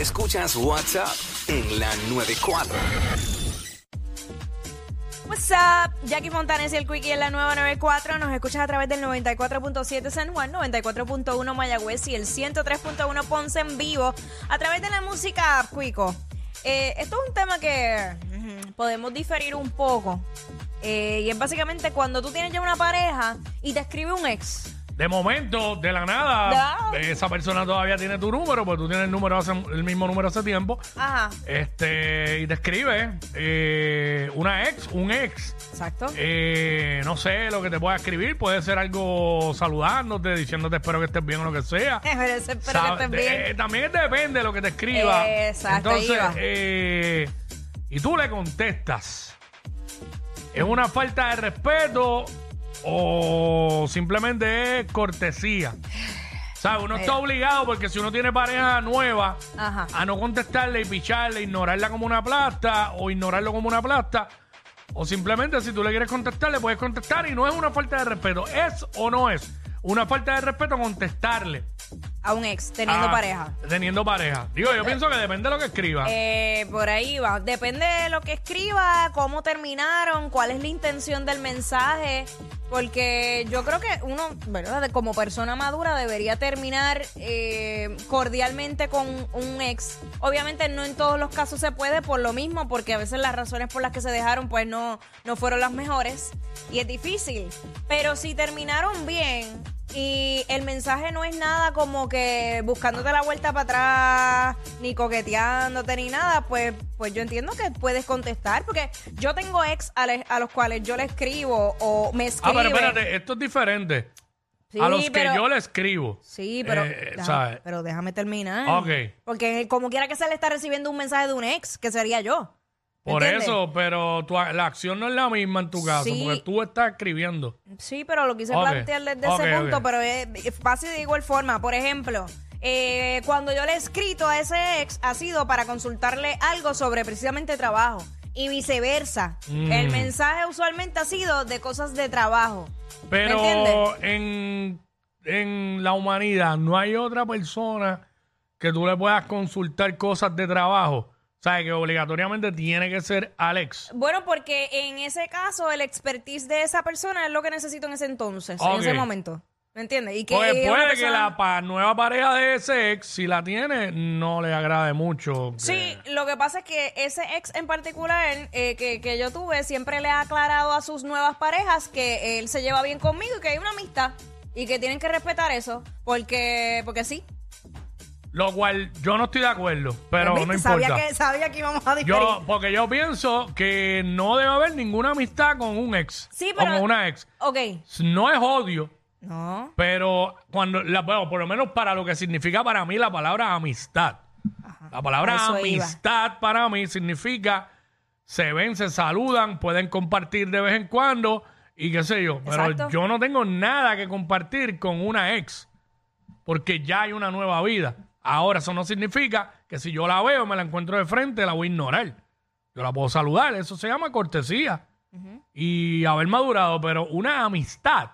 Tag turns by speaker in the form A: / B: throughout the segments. A: Escuchas WhatsApp en la 94.
B: What's up? Jackie Fontanes y el Quickie en la nueva 94. Nos escuchas a través del 94.7 San Juan, 94.1 Mayagüez y el 103.1 Ponce en vivo a través de la música app, Quico. Eh, esto es un tema que ujú, podemos diferir un poco. Eh, y es básicamente cuando tú tienes ya una pareja y te escribe un ex.
C: De momento, de la nada,
B: No.
C: esa persona todavía tiene tu número, porque tú tienes el número hace- el mismo número hace tiempo.
B: Ajá,
C: Este, y te escribe eh, una ex, un ex.
B: exacto.
C: Eh, no sé lo que te pueda escribir, puede ser algo saludándote, diciéndote espero que estés bien o lo que sea.
B: Pero eso espero que
C: Sabe-
B: estés bien.
C: eh, también depende de lo que te escriba.
B: Exacto, ahí
C: Entonces,
B: va.
C: eh, y tú le contestas. ¿Es una falta de respeto o simplemente es cortesía? ¿Sabes? Uno está obligado porque si uno tiene pareja nueva
B: Eh. Ajá.
C: a no contestarle y picharle, ignorarla como una plasta o ignorarlo como una plasta. O simplemente si tú le quieres contestar, le puedes contestar y no es una falta de respeto. ¿Es o no es una falta de respeto contestarle?
B: A un ex teniendo
C: Ah,
B: pareja.
C: Teniendo pareja. Digo, yo pienso que depende de lo que escriba.
B: Eh, por ahí va. Depende de lo que escriba, cómo terminaron, cuál es la intención del mensaje. Porque yo creo que uno, ¿verdad? De- Como persona madura debería terminar eh, cordialmente con un ex. Obviamente no en todos los casos se puede por lo mismo, porque a veces las razones por las que se dejaron pues no, no fueron las mejores. Y es difícil. Pero si terminaron bien, y el mensaje no es nada como que buscándote la vuelta para atrás, ni coqueteándote, ni nada. Pues, pues yo entiendo que puedes contestar, porque yo tengo ex a, le- a los cuales yo le escribo o me
C: ah,
B: escriben.
C: pero espérate, esto es diferente.
B: Sí,
C: a los
B: pero-
C: que yo le escribo.
B: Sí, pero,
C: Eh,
B: déjame,
C: ¿sabes?
B: pero déjame terminar.
C: Ok.
B: Porque como quiera que sea, le está recibiendo un mensaje de un ex, que sería yo. ¿Me
C: Por
B: entiendes?
C: eso, pero tu a- la acción no es la misma en tu caso,
B: Sí.
C: porque tú estás escribiendo.
B: Sí, pero lo quise
C: Ok,
B: plantear desde
C: ok,
B: ese punto,
C: ok.
B: pero es, es fácil de igual forma. Por ejemplo, eh, cuando yo le he escrito a ese ex, ha sido para consultarle algo sobre precisamente trabajo y viceversa.
C: Mm.
B: El mensaje usualmente ha sido de cosas de trabajo. ¿Me entiendes?
C: Pero en, en la humanidad no hay otra persona que tú le puedas consultar cosas de trabajo. O sea, que obligatoriamente tiene que ser Alex.
B: Bueno, porque en ese caso, el expertise de esa persona es lo que necesito en ese entonces, en
C: Ok.
B: ese momento. ¿Me entiendes? Y que
C: Porque
B: es una
C: Pues puede que
B: persona-
C: la pa- nueva pareja de ese ex, si la tiene, no le agrade mucho. que-
B: Sí, lo que pasa es que ese ex en particular eh, que, que yo tuve siempre le ha aclarado a sus nuevas parejas que él se lleva bien conmigo y que hay una amistad y que tienen que respetar eso porque porque sí.
C: Lo cual yo no estoy de acuerdo, pero
B: ¿Viste?
C: no importa.
B: sabía que sabía que íbamos a diferir.
C: Yo, porque yo pienso que no debe haber ninguna amistad con un ex.
B: Sí, pero-
C: o Con una ex.
B: Ok.
C: No es odio,
B: No.
C: pero cuando la, bueno, por lo menos para lo que significa para mí la palabra amistad. La palabra
B: a eso iba.
C: amistad para mí significa se ven, se saludan, pueden compartir de vez en cuando y qué sé yo. Pero
B: Exacto.
C: yo no tengo nada que compartir con una ex porque ya hay una nueva vida. Ahora, eso no significa que si yo la veo, me la encuentro de frente, la voy a ignorar. Yo la puedo saludar, eso se llama cortesía y haber madurado, pero una amistad,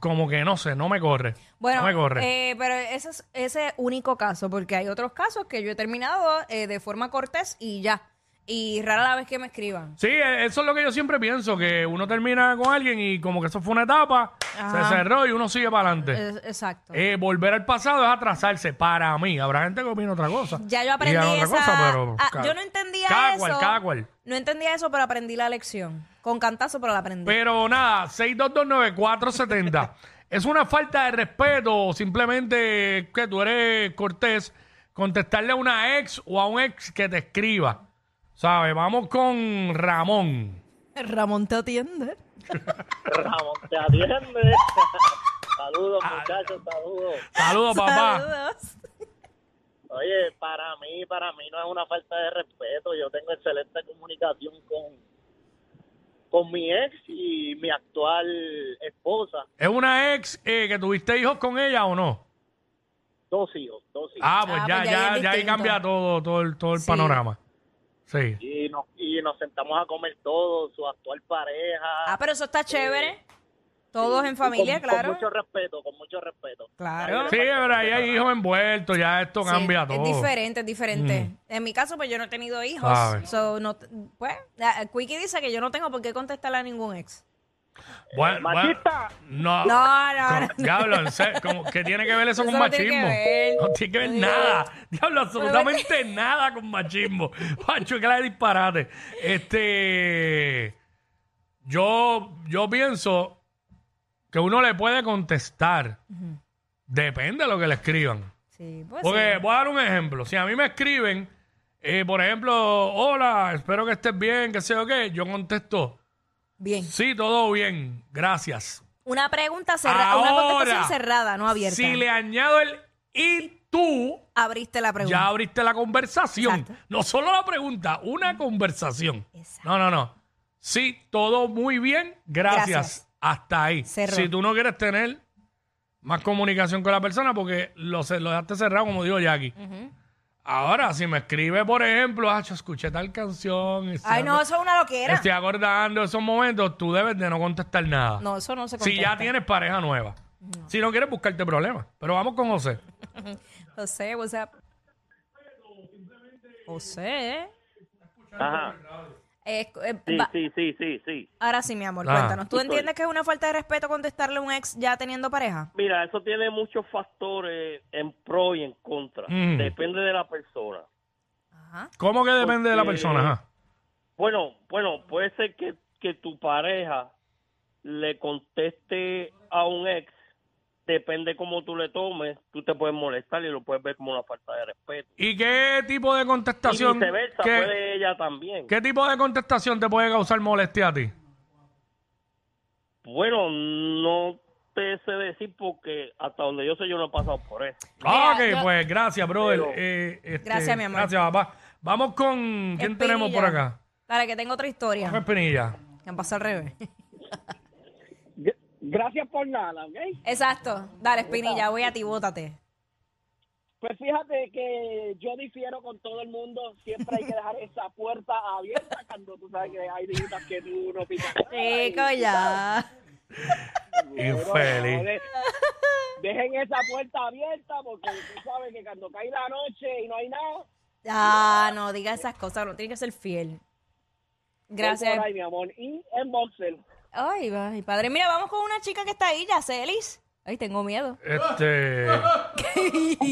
C: como que no sé, no me corre.
B: Bueno,
C: no me corre.
B: eh, pero ese es ese único caso, porque hay otros casos que yo he terminado eh, de forma cortés y ya. Y rara la vez que me escriban.
C: e, Sí, eh, eso es lo que yo siempre pienso, que uno termina con alguien y como que eso fue una etapa se cerró y uno sigue para adelante.
B: Es- exacto.
C: Eh, volver al pasado es atrasarse para mí. Habrá gente que opina otra cosa.
B: ya yo
C: y
B: aprendí
C: hagan
B: esa.
C: otra cosa, pero
B: ah,
C: ca-
B: yo no entendía
C: cada
B: eso.
C: cual, cada cual.
B: No entendía eso, pero aprendí la lección. Con cantazo, pero la aprendí.
C: Pero nada, 6229470. es una falta de respeto o simplemente que tú eres cortés contestarle a una ex o a un ex que te escriba. ¿Sabes? Vamos con Ramón.
B: Ramón te atiende.
D: Ramón te atiende. saludos, muchachos, saludos.
C: Saludos, papá.
B: Saludos.
D: Oye, para mí, para mí no es una falta de respeto. Yo tengo excelente comunicación con, con mi ex y mi actual esposa.
C: ¿Es una ex eh, que tuviste hijos con ella o no?
D: Dos hijos, dos hijos.
C: Ah, pues
B: Ah,
C: ya,
B: pues ya ahí
C: ya,
B: es
C: ya ahí
B: distinto.
C: cambia todo, todo el, todo el
B: Sí.
C: panorama. Sí.
D: Y nos, y nos sentamos a comer todo, su actual pareja.
B: Ah, pero eso está chévere. Todos en familia,
D: con, con
B: claro.
D: mucho respeto, con mucho respeto.
B: Claro.
C: Sí, pero ahí hay hijos envueltos, ya esto
B: Sí,
C: cambia
B: es
C: todo.
B: diferente, es diferente. En mi caso, pues yo no he tenido hijos.
C: Mm. Sabe.
B: So, no, t- pues, ah, Quickie dice que yo no tengo por qué contestarle a ningún ex.
C: Bueno, bueno,
D: Machista.
C: no,
B: No, no, no.
C: Diablo, en serio, como que tiene que ver eso,
B: Eso
C: con
B: no tiene que
C: machismo.
B: ver.
C: no tiene que ver nada. Diablo, absolutamente nada con machismo. Pancho, que la de disparate. Este. Yo, yo pienso que uno le puede contestar. Depende de lo que le escriban.
B: Sí, pues
C: Porque
B: sí.
C: voy a dar un ejemplo. Si a mí me escriben, eh, por ejemplo, hola, espero que estés bien, que sé yo qué, yo contesto,
B: Bien.
C: sí, todo bien, gracias.
B: Una pregunta cerrada, una
C: Ahora,
B: contestación cerrada, no abierta.
C: Si le añado el y tú,
B: Abriste la pregunta.
C: ya abriste la conversación.
B: Exacto.
C: No solo la pregunta, una conversación.
B: Exacto.
C: No, no, no. Sí, todo muy bien, gracias.
B: Gracias.
C: Hasta ahí.
B: Cerró.
C: Si tú no quieres tener más comunicación con la persona, porque lo, ce- lo dejaste cerrado, como dijo Jackie. Ahora, si me escribe, por ejemplo, ah, yo escuché tal canción. estoy
B: Ay, no,
C: acor-
B: eso es una loquera.
C: Estoy acordando esos momentos, tú debes de no contestar nada.
B: No, eso no se
C: si
B: contesta.
C: ya tienes pareja nueva. Si no quieres buscarte problemas. Pero vamos con José.
B: José, what's up? José.
D: Ajá.
B: Eh, eh,
D: Sí,
B: va-
D: sí, sí, sí, sí.
B: Ahora sí, mi amor,
C: Ah.
B: cuéntanos. ¿Tú
D: Estoy.
B: entiendes que es una falta de respeto contestarle a un ex ya teniendo pareja?
D: Mira, eso tiene muchos factores en pro y en contra.
C: Mm.
D: Depende de la persona.
B: Ajá.
C: ¿Cómo que depende de la
D: Porque-
C: persona? Ajá.
D: Bueno, bueno, puede ser que, que tu pareja le conteste a un ex, depende cómo tú le tomes, tú te puedes molestar y lo puedes ver como una falta de respeto.
C: ¿Y qué tipo de
D: Y
C: contestación?
D: viceversa,
C: qué-
D: puede ella también.
C: ¿Qué tipo de contestación te puede causar molestia a ti?
D: Bueno, no te sé decir porque hasta donde yo sé yo no he pasado por eso.
C: Ah, ok,
B: Mira, yo-
C: pues gracias, brother.
D: Pero-
C: Eh, este,
B: Gracias, mi amor.
C: Gracias, papá. Vamos con. ¿Quién
B: Espinilla.
C: tenemos por acá?
B: Dale, que tengo otra historia.
C: Vamos, Espinilla.
B: Que pasó al revés.
E: Gracias por nada, ¿ok?
B: Exacto. Dale, Espinilla, voy a ti, bótate.
E: Pues fíjate que yo difiero con todo el mundo. Siempre hay que dejar esa puerta abierta cuando tú sabes que hay digitas que tú no picas.
B: Chico, ya.
C: Infeliz.
E: Joder. Dejen esa puerta abierta porque tú sabes que cuando cae la noche y no hay nada,
B: Ya, no diga esas cosas, no tiene que ser fiel.
E: voy
B: Gracias.
E: por ahí, mi amor. Y en boxer.
B: Ay, ay, padre. Mira, vamos con una chica que está ahí, ya, Celis. Ay, tengo miedo.
C: Este.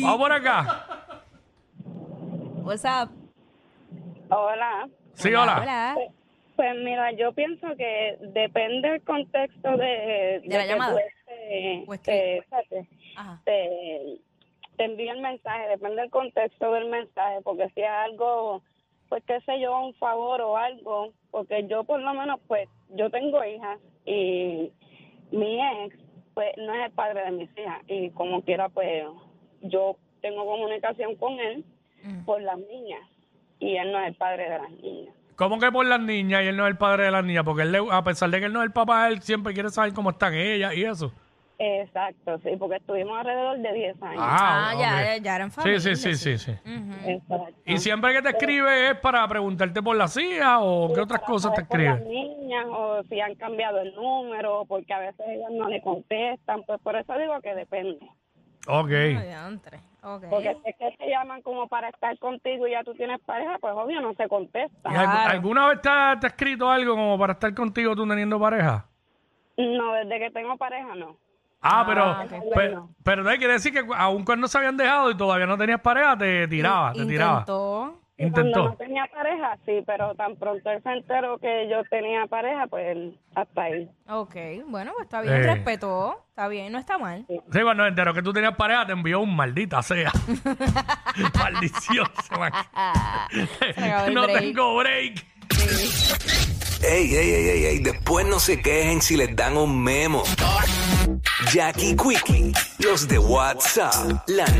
C: Vamos por acá.
B: WhatsApp.
F: Hola.
C: Sí, hola.
B: Hola.
F: Pues mira, yo pienso que depende del contexto de,
B: De la
F: que
B: llamada.
F: tú, este,
B: O escrito.
F: te, espérate,
B: Ajá.
F: te- este, te envíe el mensaje, depende del contexto del mensaje, porque si es algo, pues qué sé yo, un favor o algo, porque yo por lo menos, pues yo tengo hijas y mi ex, pues no es el padre de mis hijas y como quiera, pues yo tengo comunicación con él por las niñas y él no es el padre de las niñas.
C: ¿Cómo que por las niñas y él no es el padre de las niñas? Porque él, le- a pesar de que él no es el papá, él siempre quiere saber cómo están ellas y eso.
F: Exacto, sí, porque estuvimos alrededor de 10 años.
B: Ah,
C: ok.
B: ya, ya, ya eran familia.
C: Sí, sí, sí, sí, sí.
B: Ujú.
F: Exacto.
C: ¿Y siempre que te escribe es para preguntarte por las hijas o qué otras
F: Para
C: cosas te
F: saber por
C: escribe?
F: Las niñas, o si han cambiado el número, porque a veces ellas no le contestan, pues por eso digo que depende.
C: Ok.
B: Ay, diantre. Ok.
F: Porque si es que te llaman como para estar contigo y ya tú tienes pareja, pues obvio no se contesta.
C: ¿Y algu- ¿Alguna vez te ha, te ha escrito algo como para estar contigo tú teniendo pareja?
F: No, desde que tengo pareja no.
C: Ah,
B: Ah,
C: pero,
B: ok.
C: pe- pero, no quiere decir que aun cuando se habían dejado y todavía no tenías pareja, te tiraba, te tiraba.
B: Intentó.
F: Y Cuando
C: Intentó.
F: no tenía pareja, sí, pero tan pronto él se enteró que yo tenía pareja, pues él- hasta ahí.
B: Ok, bueno, pues está bien,
C: Eh.
B: respetó. Está bien, no está mal.
C: Sí, cuando se enteró que tú tenías pareja, te envió un maldita sea. Maldición, se me-
B: Ah, se me acabó el
C: No
B: break.
C: tengo break.
A: Ey, ey, ey, ey, ey, después no se quejen si les dan un memo. Jackie Quickie, los de WhatsApp, la